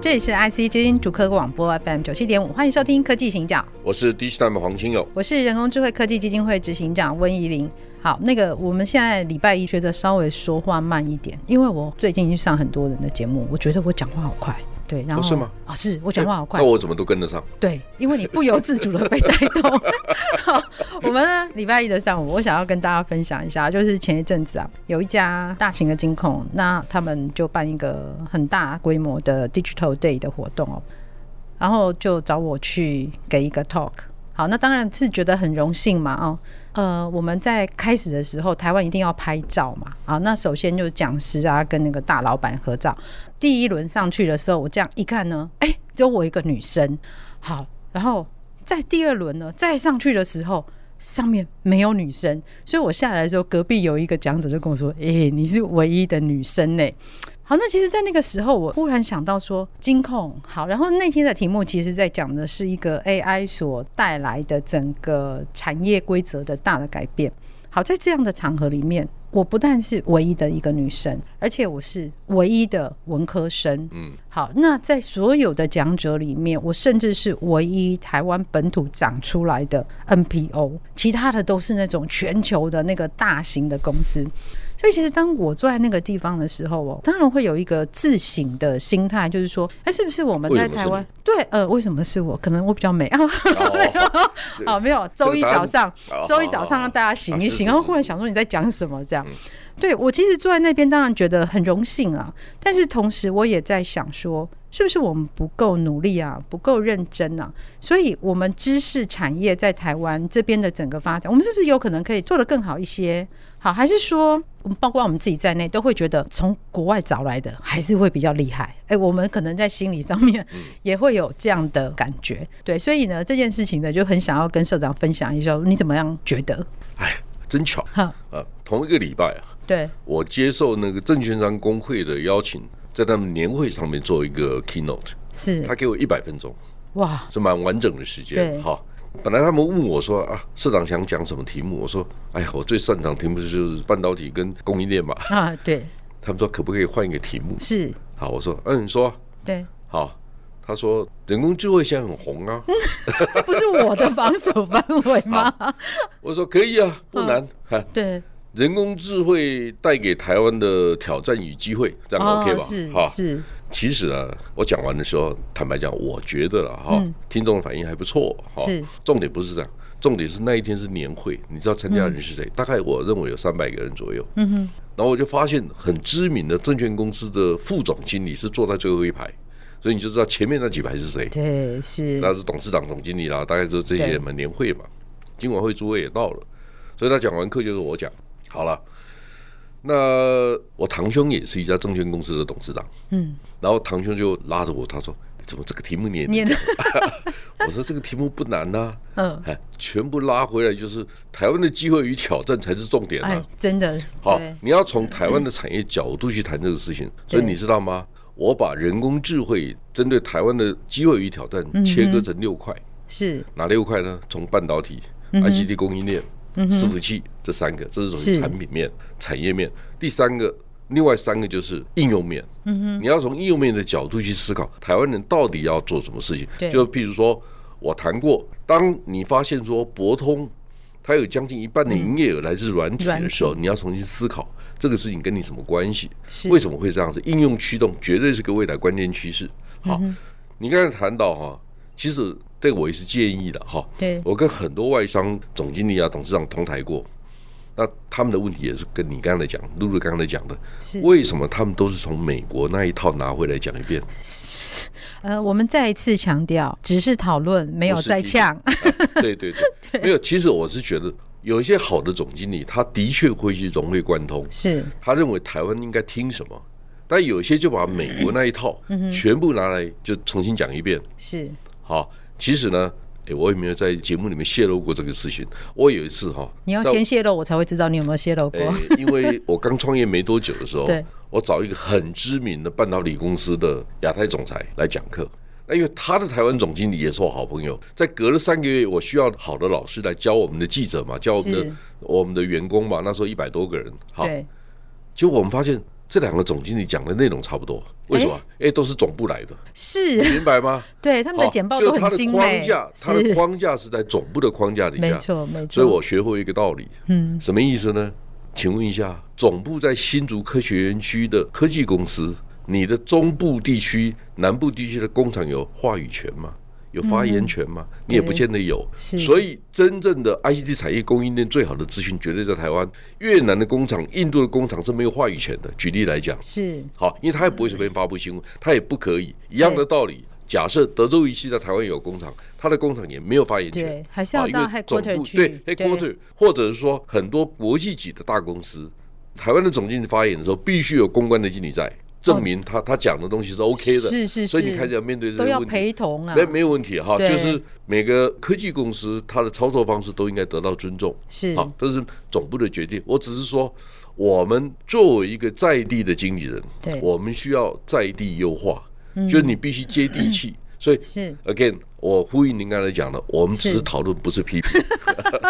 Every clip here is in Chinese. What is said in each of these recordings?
这里是 IC 之音主客广播 FM 九七点五，欢迎收听科技行脚，我是 Digitime 黄清友。我是人工智慧科技基金会执行长温怡玲。好，那个我们现在礼拜一觉得稍微说话慢一点，因为我最近去上很多人的节目，我觉得我讲话好快。对，然后、哦是吗？啊、是我讲话好快。那我怎么都跟 得上？对，因为你不由自主的被带动。好，我们呢礼拜一的上午，我想要跟大家分享一下，就是前一阵子啊，有一家大型的金控，那他们就办一个很大规模的 Digital Day 的活动哦，然后就找我去给一个 talk。好，那当然是觉得很荣幸嘛，哦，呃，我们在开始的时候，台湾一定要拍照嘛，啊，那首先就是讲师啊跟那个大老板合照。第一轮上去的时候，我这样一看呢，哎、只有我一个女生，好，然后在第二轮呢再上去的时候，上面没有女生，所以我下来的时候，隔壁有一个讲者就跟我说：“哎、你是唯一的女生呢、好，那其实，在那个时候，我忽然想到说，金控好，然后那天的题目其实在讲的是一个 AI 所带来的整个产业规则的大的改变。好，在这样的场合里面，我不但是唯一的一个女生，而且我是唯一的文科生。嗯，好，那在所有的讲者里面，我甚至是唯一台湾本土长出来的 NPO，其他的都是那种全球的那个大型的公司。所以其实当我坐在那个地方的时候哦，当然会有一个自省的心态，就是说，哎，是不是我们在台湾为什么对呃，为什么是我？可能我比较美 啊，哦哦，没有，周一早上哦周一早上让大家醒一是醒，是然后是忽然想说你在讲什么这样嗯。对我其实坐在那边，当然觉得很荣幸啊，但是同时我也在想说，是不是我们不够努力啊，不够认真啊？所以，我们知识产业在台湾这边的整个发展，我们是不是有可能可以做得更好一些？好，还是说，我们包括我们自己在内，都会觉得从国外找来的还是会比较厉害？哎、我们可能在心理上面嗯 也会有这样的感觉。对，所以呢，这件事情呢，就很想要跟社长分享一下，你怎么样觉得？哎，真巧哈，啊！同一个礼拜啊，对，我接受那个证券商工会的邀请，在他们年会上面做一个 keynote，是他给我一百分钟，哇，是蛮完整的时间对。好，本来他们问我说啊，社长想讲什么题目？我说，哎呀，我最擅长题目就是半导体跟供应链嘛。啊，对，他们说可不可以换一个题目？是，好，我说，嗯，你说啊对，好。他说人工智慧现在很红啊。嗯这不是我的防守范围吗？我说可以啊，不嗯难。啊 对，人工智慧带给台湾的挑战与机会，这样 OK 吧？哦是哈，是，其实呢，我讲完的时候，坦白讲，我觉得了哈，嗯听众的反应还不错。哈是，重点不是这样，重点是那一天是年会，你知道参加的人是谁？大概我认为有三百个人左右。嗯哼，然后我就发现很知名的证券公司的副总经理是坐在最后一排，所以你就知道前面那几排是谁。对，是，那是董事长、总经理啦，大概就是这些嘛，年会嘛，今晚会诸位也到了，所以他讲完课就是我讲，好了。那我堂兄也是一家证券公司的董事长，嗯，然后堂兄就拉着我，他说：“哎怎么这个题目你也你啊 能讲？”我说：“这个题目不难呐、嗯，哎，全部拉回来就是台湾的机会与挑战才是重点哎啊。，真的，好对，，你要从台湾的产业角度去谈这个事情，所以对你知道吗？我把人工智慧针对台湾的机会与挑战嗯切割成六块，是，哪六块呢？从半导体、嗯哼嗯 ICT 供应链、伺服器这三个，这是属于是产品面、产业面。第三个，另外三个就是应用面。嗯你要从应用面的角度去思考，台湾人到底要做什么事情对。就譬如说，我谈过，当你发现说博通它有将近一半的营业额来自软体软的体时候，你要重新思考这个事情跟你什么关系？是为什么会这样子？应用驱动绝对是个未来关键趋势。嗯好，你刚才谈到哈，其实对我也是建议的哈。对我跟很多外商总经理啊、董事长同台过，那他们的问题也是跟你刚才讲，露露刚才讲的，是，为什么他们都是从美国那一套拿回来讲一遍？呃，我们再一次强调，只是讨论，没有不是再批呛， 啊对对对，没有。其实我是觉得有一些好的总经理，他的确会去融会贯通，是，他认为台湾应该听什么，但有些就把嗯美国那一套全部拿来就重新讲一遍。是，好，其实呢，哎，我有没有在节目里面泄露过这个事情？我有一次哈，你要在先泄露，我才会知道你有没有泄露过。诶， 因为我刚创业没多久的时候对，我找一个很知名的半导体公司的亚太总裁来讲课。那因为他的台湾总经理也是我好朋友，在隔了三个月，我需要好的老师来教我们的记者嘛，教我们的是我们的员工嘛。那时候一百多个人，好，对，结果我们发现这两个总经理讲的内容差不多，为什么？哎、都是总部来的，是，明白吗？对，他们的好简报就都是很他的精框美架，，他的是，框架是在总部的框架底下，没错，没错。所以我学会一个道理，嗯，什么意思呢？请问一下，总部在新竹科学园区的科技公司，你的中部地区、南部地区的工厂有话语权吗？有发言权吗？你也不见得有。嗯是所以真正的 ICT 产业供应链最好的资讯，绝对在台湾。越南的工厂、印度的工厂是没有话语权的。举例来讲，是好，因为他也不会嗯随便发布新闻，他也不可以。一样的道理，假设德州仪器在台湾有工厂，他的工厂也没有发言权对，还是要好啊因为到 headquarter 总部去对对 headquarter，或者是说很多国际级的大公司，台湾的总经理发言的时候，必须有公关的经理在证明他、他讲的东西是 OK 的。哦是是所以你是开始要面对这都些要问题。陪同啊，没没有问题哈，就对是每个科技公司它的操作方式都应该得到尊重。是好，这是总部的决定。我只是说，我们作为一个在地的经理人，对嗯我们需要在地优化，就是你必须接地气。所以是 again，我呼应您刚才讲的，我们只是是讨论，不是批评。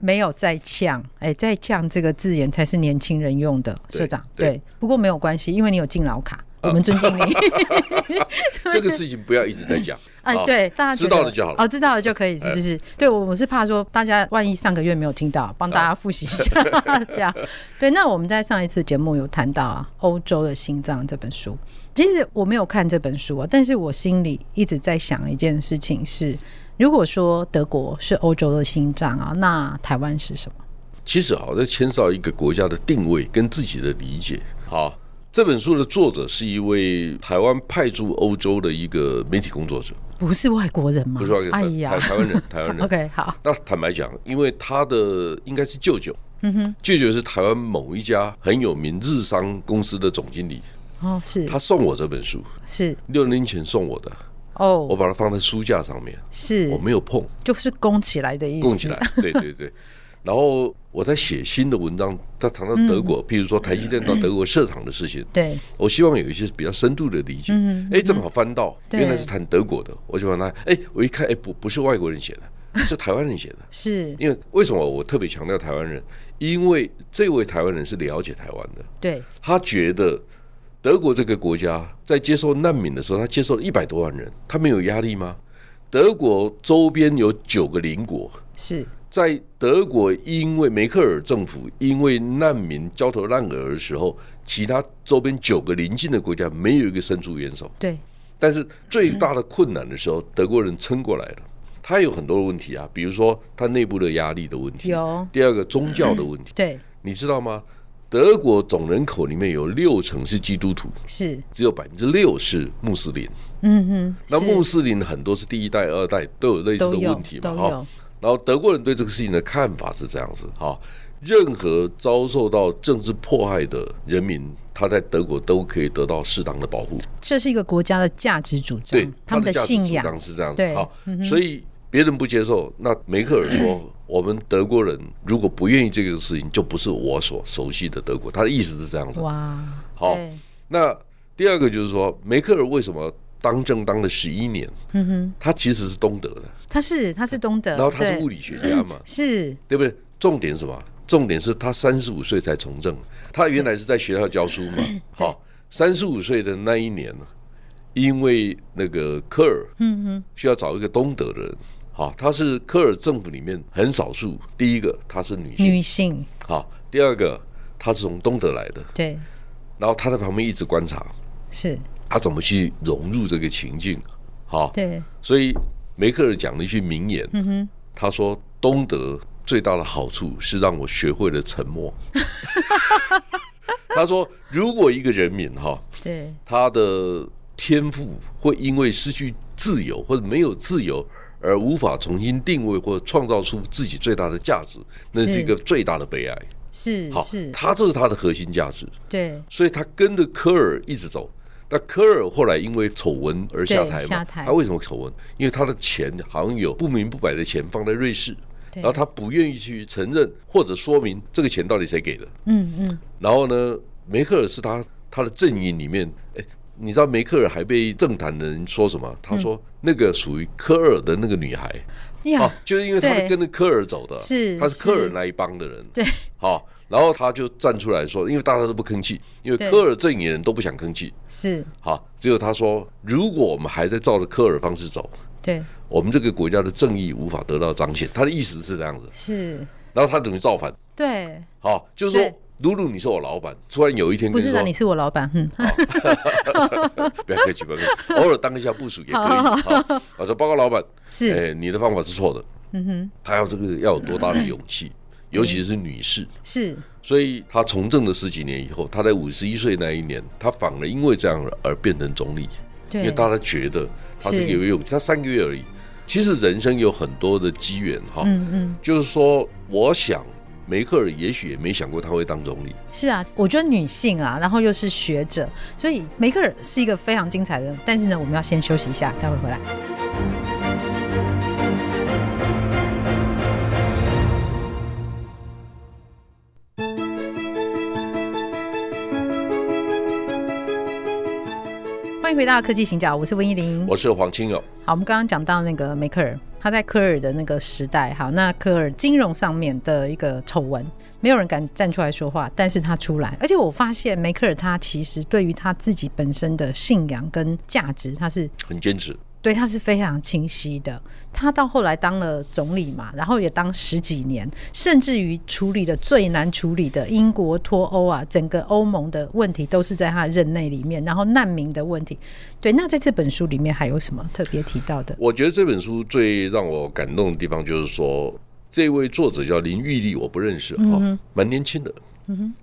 没有再呛，哎，再呛这个字眼才是年轻人用的，对社长。对啊对，不过没有关系，因为你有敬老卡，我们尊敬你。这个事情不要一直在 讲。哎好，对，大家知觉得道了就好了哎哦，。知道了就可以，是不是？对，我我是怕说大家万一上个月没有听到，帮啊大家复习一下，这样。对，那我们在上一次节目有谈到啊，《欧洲的心脏》这本书，其实我没有看这本书啊，但是我心里一直在想一件事情是，如果说德国是欧洲的心脏啊，那台湾是什么？其实好，这牵涉到一个国家的定位跟自己的理解。好，这本书的作者是一位台湾派驻欧洲的一个媒体工作者，不是外国人吗？不是外国人，哎呀台台湾人，台湾 人。，OK，好，那坦白讲，因为他的应该是舅舅，嗯哼，舅舅是台湾某一家很有名日商公司的总经理，哦，是他送我这本书，是六年前送我的，我哦，把它放在书架上面，是我没有碰，就是供起来的意思，供起来，对对对。然后我在写新的文章，他谈到德嗯国，譬如说台积电到德国设厂的事情，对，我希望有一些比较深度的理解。嗯哎，正好翻到对原来是谈德国的，我就把它，哎，我一看，哎，不不是外国人写的，是台湾人写的。是，因为为什么我特别强调台湾人？因为这位台湾人是了解台湾的，对，他觉得德国这个国家在接受难民的时候，他接受了一百多万人，他没有压力吗？德国周边有九个邻国，是在德国因为梅克尔政府因为难民焦头烂额的时候，其他周边九个邻近的国家没有一个伸出援手。对，但是最大的困难的时候，德国人撑过来了。他有很多的问题啊，比如说他内部的压力的问题，有第二个宗教的问题，对，你知道吗？德国总人口里面有六成是基督徒，是，只有百分之六是穆斯林。嗯哼，那是穆斯林很多是第一代、二代都有类似都的有问题嘛，都哈有。然后德国人对这个事情的看法是这样子哈，任何遭受到政治迫害的人民，他在德国都可以得到适当的保护。这是一个国家的价值主张对，，他们的价值信主张仰是这样子。对嗯好，所以别人不接受，那梅克尔说， 我们德国人如果不愿意这个事情，就不是我所熟悉的德国。他的意思是这样子。哇，好对那第二个就是说，梅克尔为什么当政当了十一年？嗯哼，他其实是东德的，他是他是东德，然后他是对物理学家嘛，是对不对？重点是什么？重点是他三十五岁才从政，他原来是在学校教书嘛。好，三十五岁的那一年呢，因为那个科尔，嗯哼，需要找一个东德的人。好，他是科尔政府里面很少数。第一个，她是女性；女性，好，第二个，她是从东德来的。对，然后她在旁边一直观察，是，她怎么去融入这个情境。好，对，所以梅克尔讲了一句名言，嗯他说：“东德最大的好处是让我学会了沉默。” 他说：“如果一个人民哈，对，他的天赋会因为失去自由或者没有自由而无法重新定位或创造出自己最大的价值，那是是一个最大的悲哀。是好是，，他这是他的核心价值。对，所以他跟着科尔一直走。那科尔后来因为丑闻而下台嘛，对下台他为什么丑闻？因为他的钱好像有不明不白的钱放在瑞士，对然后他不愿意去承认或者说明这个钱到底谁给的。嗯嗯，然后呢，梅克尔是他他的阵营里面，哎，你知道梅克尔还被政坛的人说什么？他说、嗯那个属于科尔的那个女孩，呀、哦，就是因为他对是跟着科尔走的，是他是科尔是那一帮的人，对，好、然后他就站出来说，因为大家都不吭气，因为对科尔阵营人都不想吭气，是，好、只有他说，如果我们还在照着科尔方式走，对，我们这个国家的正义无法得到彰显，他的意思是这样子，是，然后他等于造反，对，好、就是说对，露露你是我老板，突然有一天不跟是说的， 你是我老板，嗯，不要客气，不要客气，偶尔当一下部署也可以。好好，我说报 告老板，是哎，你的方法是错的。嗯哼，他要这个要有多大的勇气，嗯尤其是女士。是，所以他从政了十几年以后，他在五十一岁那一年，他反而因为这样而变成总理，因为对，大家觉得他是是个有勇气，他三个月而已。其实人生有很多的机缘哈，嗯嗯，就是说，我想梅克尔也许也没想过他会当总理。是啊，我觉得女性啊，然后又是学者，所以梅克尔是一个非常精彩的人。但是呢，我们要先休息一下，待会儿回来。欢迎回到科技行脚，我是温依玲，我是黄清友，好，我们刚刚讲到那个梅克尔，他在科尔的那个时代，好，那科尔金融上面的一个丑闻，没有人敢站出来说话，但是他出来，而且我发现梅克尔他其实对于他自己本身的信仰跟价值，他是很坚持。对他是非常清晰的。他到后来当了总理嘛，然后也当十几年，甚至于处理了最难处理的英国脱欧啊，整个欧盟的问题都是在他任内里面，然后难民的问题。对，那在这本书里面还有什么特别提到的？我觉得这本书最让我感动的地方就是说，这位作者叫林玉丽，我不认识嗯哈、蛮年轻的。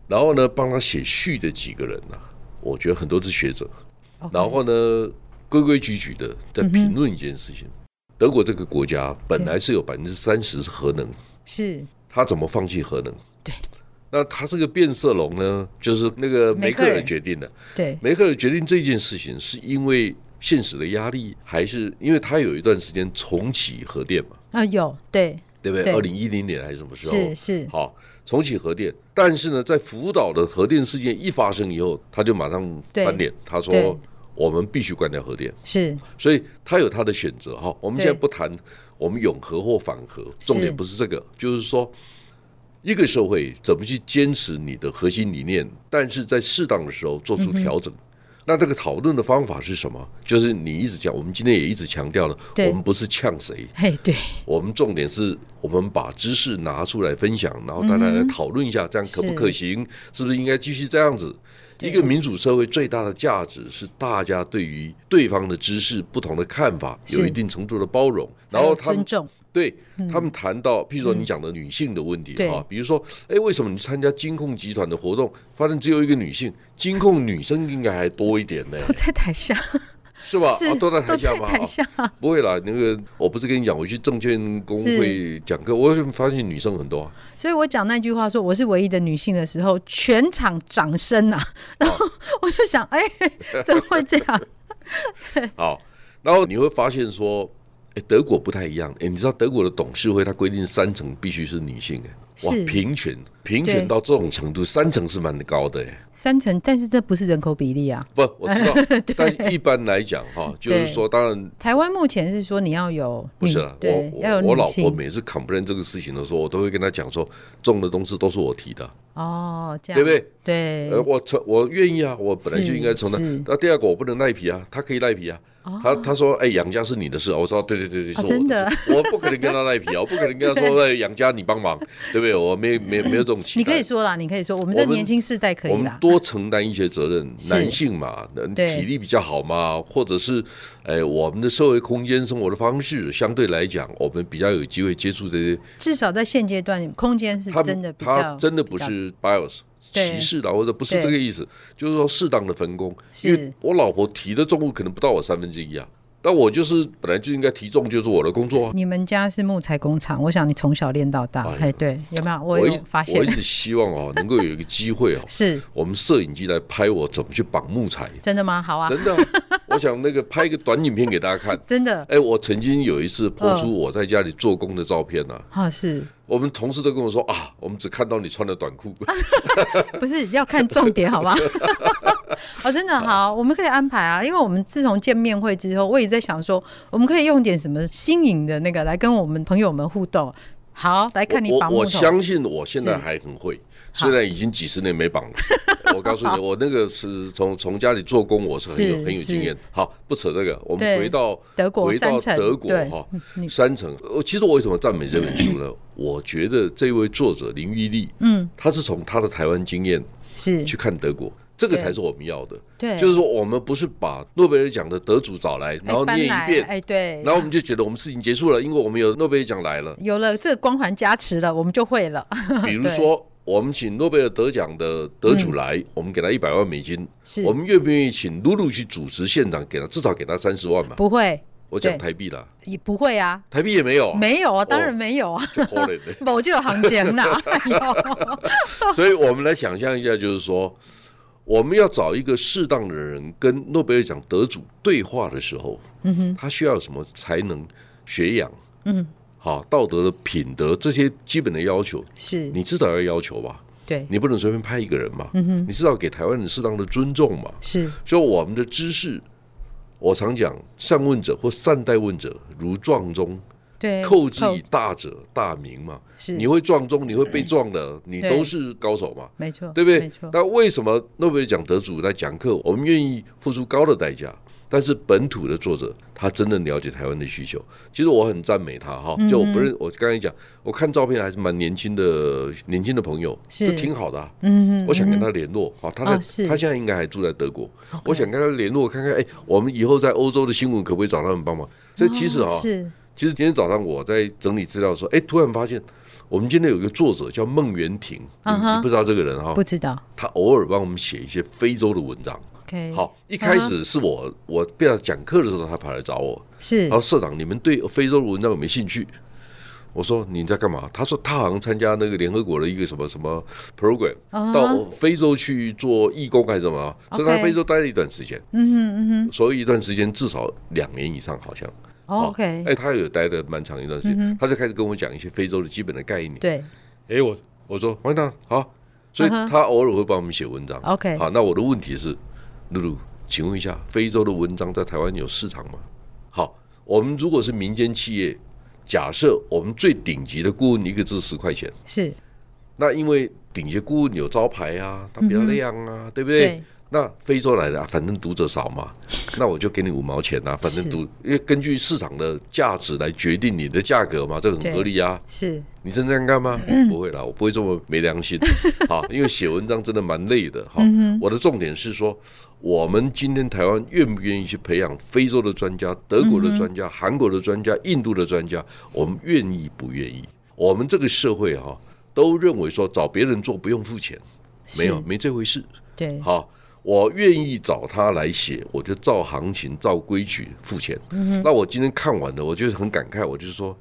然后呢，帮他写序的几个人呢、我觉得很多是学者。 OK 然后呢，规规矩矩的在评论一件事情。嗯德国这个国家本来是有百分之三十是核能，是他怎么放弃核能？对。那他这个变色龙呢，就是那个梅克梅克尔尔决定的。对，梅克尔决定这件事情，是因为现实的压力，还是因为他有一段时间重启核电嘛？啊、有对，对不对？对二零一零年还是什么时候？是是，好，重启核电，但是呢，在福岛的核电事件一发生以后，他就马上翻脸，他对说我们必须关掉核电，是所以他有他的选择哈。我们对现在不谈我们永和或反核，是重点不是这个，就是说一个社会怎么去坚持你的核心理念，但是在适当的时候嗯做出调整。那这个讨论的方法是什么？就是你一直讲，我们今天也一直强调了，对我们不是呛谁，嘿，对，我们重点是我们把知识拿出来分享，然后大家来讨论一下，这样可不可行？是不是应该继续这样子？嗯对一个民主社会最大的价值是大家对于对方的知识、不同的看法是有一定程度的包容，然还有后他尊们重嗯对他们谈到，譬如说你讲的女性的问题对哈，比如说，哎，为什么你参加金控集团的活动，发现只有一个女性？金控女生应该还多一点呢，都在台下，是吧？是、啊都在台下吧？台啊下，不会啦，那个我不是跟你讲，我去证券工会讲课，我就发现女生很多、啊，所以我讲那句话说我是唯一的女性的时候，全场掌声啊，哦然后我就想， 哎、怎么会这样？好，然后你会发现说，哎，德国不太一样，哎，你知道德国的董事会它规定三层必须是女性，哎，哇是，平权，平对权到这种程度，三层是蛮高的，哎，三成，但是这不是人口比例啊。不，我 知道，但一般来讲哈，就是说，当然台湾目前是说你要有不女，是啊，我对，要有我我女老婆性每次 complain 这个事情的时候，我都会跟她讲说，中的东西都是我提的，哦，这样对不对？对呃，我承我愿意啊，我本来是就应该承是担。那第二个我不能赖皮啊，他可以赖皮啊。他他说，哎，养家是你的事啊。我说，对对对对，是哦我的真的事，我不可能跟他赖皮啊，我不可能跟他说，哎，养家你帮忙，对不对？我没没没有这种期你待。可以说啦，你可以说，我们啊我这们年轻世代可我以们啦，多承担一些责任，是男性嘛，呃对体力比较好嘛，或者是，哎，我们的社会空间、生活的方式相对来讲，我们比较有机会接触这些。至少在现阶段，空间是他真的比较他，真的不比较是 bias 对歧视啦，或者不是对这个意思，就是说适当的分工。是因为我老婆提的重物可能不到我三分之一啊，但我就是本来就应该提重，就是我的工作啊。你们家是木材工厂，我想你从小练到大，哎哎，对，有没有？我一有发现，我一，直希望哦，能够有一个机会哦 是我们摄影机来拍我怎么去绑木材，真的吗？好啊，真的啊、我想那个拍一个短影片给大 家看。真的，哎，我曾经有一次播出嗯我在家里做工的照片啊，啊，是我们同事都跟我说啊，我们只看到你穿的短裤，不是要看重点，好吧？ 哦，真的好，我们可以安排啊，因为我们自从见面会之后，我也在想说，我们可以用点什么新颖的那个来跟我们朋友们互动。好，来看你我绑我木我头，相信我现在是还很会，好虽然已经几十年没绑了。我告诉你，我那个是从从家里做工，我是很有是很有经验是。好，不扯这个，我对们回到德国回到三层，德国对嗯哈，你三层。呃，其实我为什么赞美这本书呢？我觉得这位作者林玉丽，嗯，他是从他的台湾经验是去看德国，这个对才是我们要的。对，就是说，我们不是把诺贝尔奖的得主找来，哎然后搬念来一遍，哎，对，然后我们就觉得我们事情结束了，因为我们有诺贝尔奖来了。有了这个光环加持了，我们就会了。 比如对嗯说，我们请诺贝尔得奖的得主来，我们给他一百万美金，是，我们愿不愿意请露露去主持现场，给他至少给他三十万嘛？不会，我讲对台币啦，也不会啊，台币也没有啊，没有啊，当哦然没有啊，就可怜 的。某就有行情 啦。哎呦所以我们来想象一下，就是说，我们要找一个适当的人跟诺贝尔奖得主对话的时候，嗯哼，他需要什么才能、学养，嗯，好道德的品德这些基本的要求，是，你至少要要求吧，对，你不能随便拍一个人嘛，嗯哼，你至少给台湾人适当的尊重嘛。是所以我们的知识，我常讲，善问者或善待问者如撞钟，对，叩之以大者大名嘛。是，你会撞钟，你会被撞的，你对都是高手嘛。没错，对不对没错？，那为什么诺贝尔奖得主来讲课，我们愿意付出高的代价？但是本土的作者，他真正了解台湾的需求。其实我很赞美他哈，嗯就我不认，我刚才讲，我看照片还是蛮年轻的，年轻的朋友是就挺好的、啊。嗯哼，我想跟他联络，好，他在哦是他现在应该还住在德国，我想跟他联络看看，哎，我们以后在欧洲的新闻可不可以找他们帮忙？所以其实啊，哦是其实今天早上我在整理资料的时候，哎，突然发现我们今天有一个作者叫孟元庭，你嗯哼你不知道这个人哈？啊不知道他偶尔帮我们写一些非洲的文章。 ，OK，，好，一开嗯始是我我变要讲课的时候，他跑来找我，是然后社长，你们对非洲的文章有没有兴趣？我说你在干嘛？他说他好像参加那个联合国的一个什么什么 program，、啊到非洲去做义工还是什么，所以他 OK 在非洲待了一段时间，嗯哼嗯哼所以一段时间至少两年以上好像。哦哦，OK，哎，他有待的蛮长一段时间，他就开始跟我讲一些非洲的基本的概念。对，嗯哎，我我说王一堂好，所以嗯哼他偶尔会帮我们写文章。 OK 好，那我的问题是，露露，请问一下，非洲的文章在台湾有市场吗？好，我们如果是民间企业，假设我们最顶级的顾问一个字十块钱，是，那因为顶级顾问有招牌啊，他比较亮啊，对不对？对，那非洲来的、啊，反正读者少嘛，那我就给你五毛钱啊，反正是读，因为根据市场的价值来决定你的价格嘛，这个很合理啊。是你真的这样干吗？不会啦，我不会这么没良心。好，因为写文章真的蛮累的哈。我的重点是说，我们今天台湾愿不愿意去培养非洲的专家、德国的专家、韩国的专家、印度的专家？我们愿意不愿意？我们这个社会哈，都认为说找别人做不用付钱，没有是没这回事。对，好，我愿意找他来写，我就照行情、照规矩付钱。那我今天看完了，我就是很感慨，我就是说，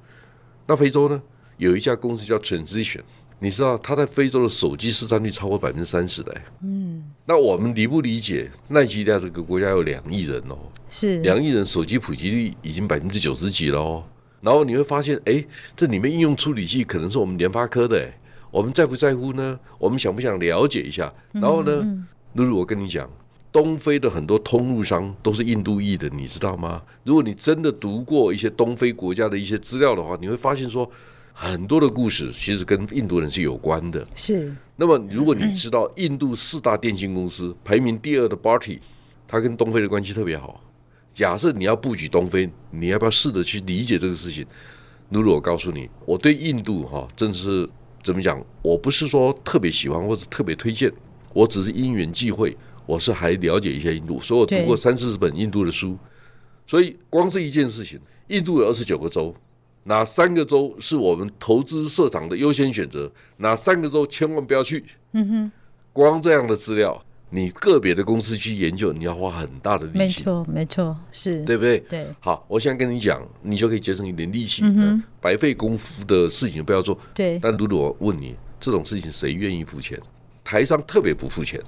那非洲呢，有一家公司叫 Transition，你知道它在非洲的手机市占率超过百分之三十的、嗯，那我们理不理解？奈及利亚这个国家有两亿人哦，是两亿人手机普及率已经百分之九十几了哦。然后你会发现，哎，这里面应用处理器可能是我们联发科的，哎，我们在不在乎呢？我们想不想了解一下？然后呢，露露，我跟你讲，东非的很多通路商都是印度裔的，你知道吗？如果你真的读过一些东非国家的一些资料的话，你会发现说，很多的故事其实跟印度人是有关的。是那么，如果你知道印度四大电信公司排名第二的 Bharti，它跟东非的关系特别好。假设你要布局东非，你要不要试着去理解这个事情？露露，我告诉你，我对印度哈、真的是怎么讲？我不是说特别喜欢或者特别推荐，我只是因缘际会，我是还了解一些印度，所以我读对过三四十本印度的书。所以光是一件事情，印度有二十九个州，哪三个州是我们投资市场的优先选择？哪三个州千万不要去？嗯哼，光这样的资料，你个别的公司去研究，你要花很大的没力气，错，没错，是，对不对？对好，我现在跟你讲，你就可以节省一点力气，嗯哼白费功夫的事情不要做。对，但如果我问你，这种事情谁愿意付钱？台商特别不付 钱，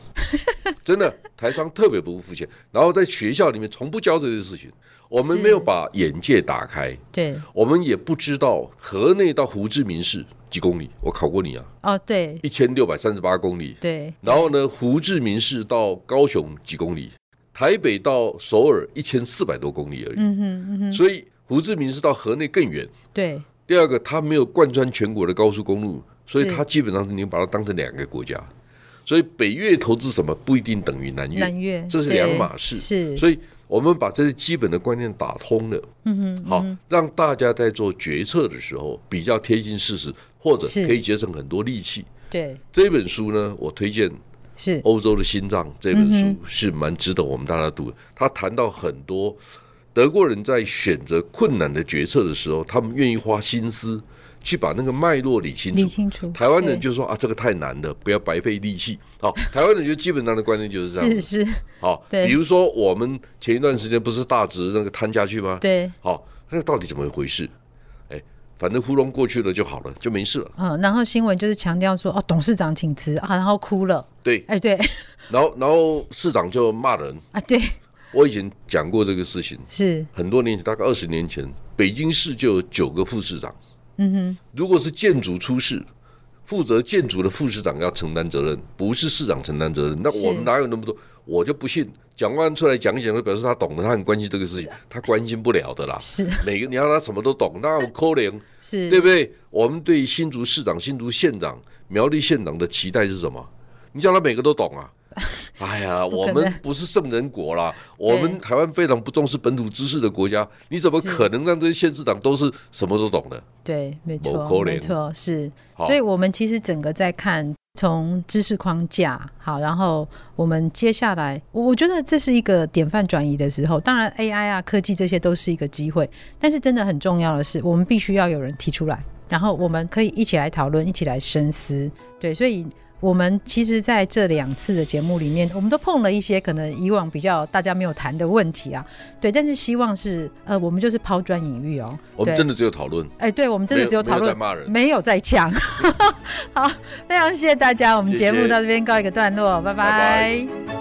真的，台商特别不付钱。然后在学校里面从不教这些事情，我们是没有把眼界打开，对，我们也不知道河内到胡志明市几公里，我考过你啊，哦，对，一千六百三十八公里。对，然后呢，胡志明市到高雄几公里，台北到首尔一千四百多公里而已。嗯哼，嗯哼，所以胡志明市到河内更远。对，第二个，它没有贯穿全国的高速公路，所以是它基本上你把它当成两个国家。所以北越投资什么不一定等于南越，南越，这是对两码事。是，所以我们把这些基本的观念打通了，嗯哼，好，让大家在做决策的时候比较贴近事实，或者是可以节省很多力气。对，这本书呢，我推荐是《欧洲的心脏》这本嗯书是蛮值得我们大家读的。他谈到很多德国人在选择困难的决策的时候，他们愿意花心思去把那个脉络理清理楚。清楚。台湾人对就说啊，这个太难了，不要白费力气。好，台湾人就基本上的观念就是这样是子。是，好，对比如说我们前一段时间不是大直那个摊下去吗？对，好，那到底怎么回事？哎，反正糊弄过去了就好了，就没事了。嗯，然后新闻就是强调说，哦，董事长请辞啊，然后哭了，对，哎，对 然后然后市长就骂人。啊，对，我以前讲过这个事情，是，很多年前，大概二十年前，北京市就有九个副市长。嗯哼，如果是建筑出事，负责建筑的副市长要承担责任，不是市长承担责任。那是我们哪有那么多？我就不信，蒋万安出来讲一讲，就表示他懂了，他很关心这个事情，他关心不了的啦。是每个你要他什么都懂，那有扣零，是，对不对？我们对新竹市长、新竹县长、苗栗县长的期待是什么？你叫他每个都 懂啊！哎呀，不我可能们不是圣人国啦，我们台湾非常不重视本土知识的国家，你怎么是可能让这些县市长都是什么都懂的？对，没没错，可没能错，是。好所以，我们其实整个在看从知识框架，好，然后我们接下来，我我觉得这是一个典范转移的时候。当然，AI 啊、科技这些都是一个机会，但是真的很重要的是，我们必须要有人提出来，然后我们可以一起来讨论，一起来深思。对，所以。我们其实在这两次的节目里面，我们都碰了一些可能以往比较大家没有谈的问题啊，对，但是希望是呃，我们就是抛砖引玉哦，我们对真的只有讨论，哎，对，我们真的只有没讨有论没有在骂人没有在呛。 好，非常谢谢大家，我们谢节目谢到这边告一个段落，拜拜拜拜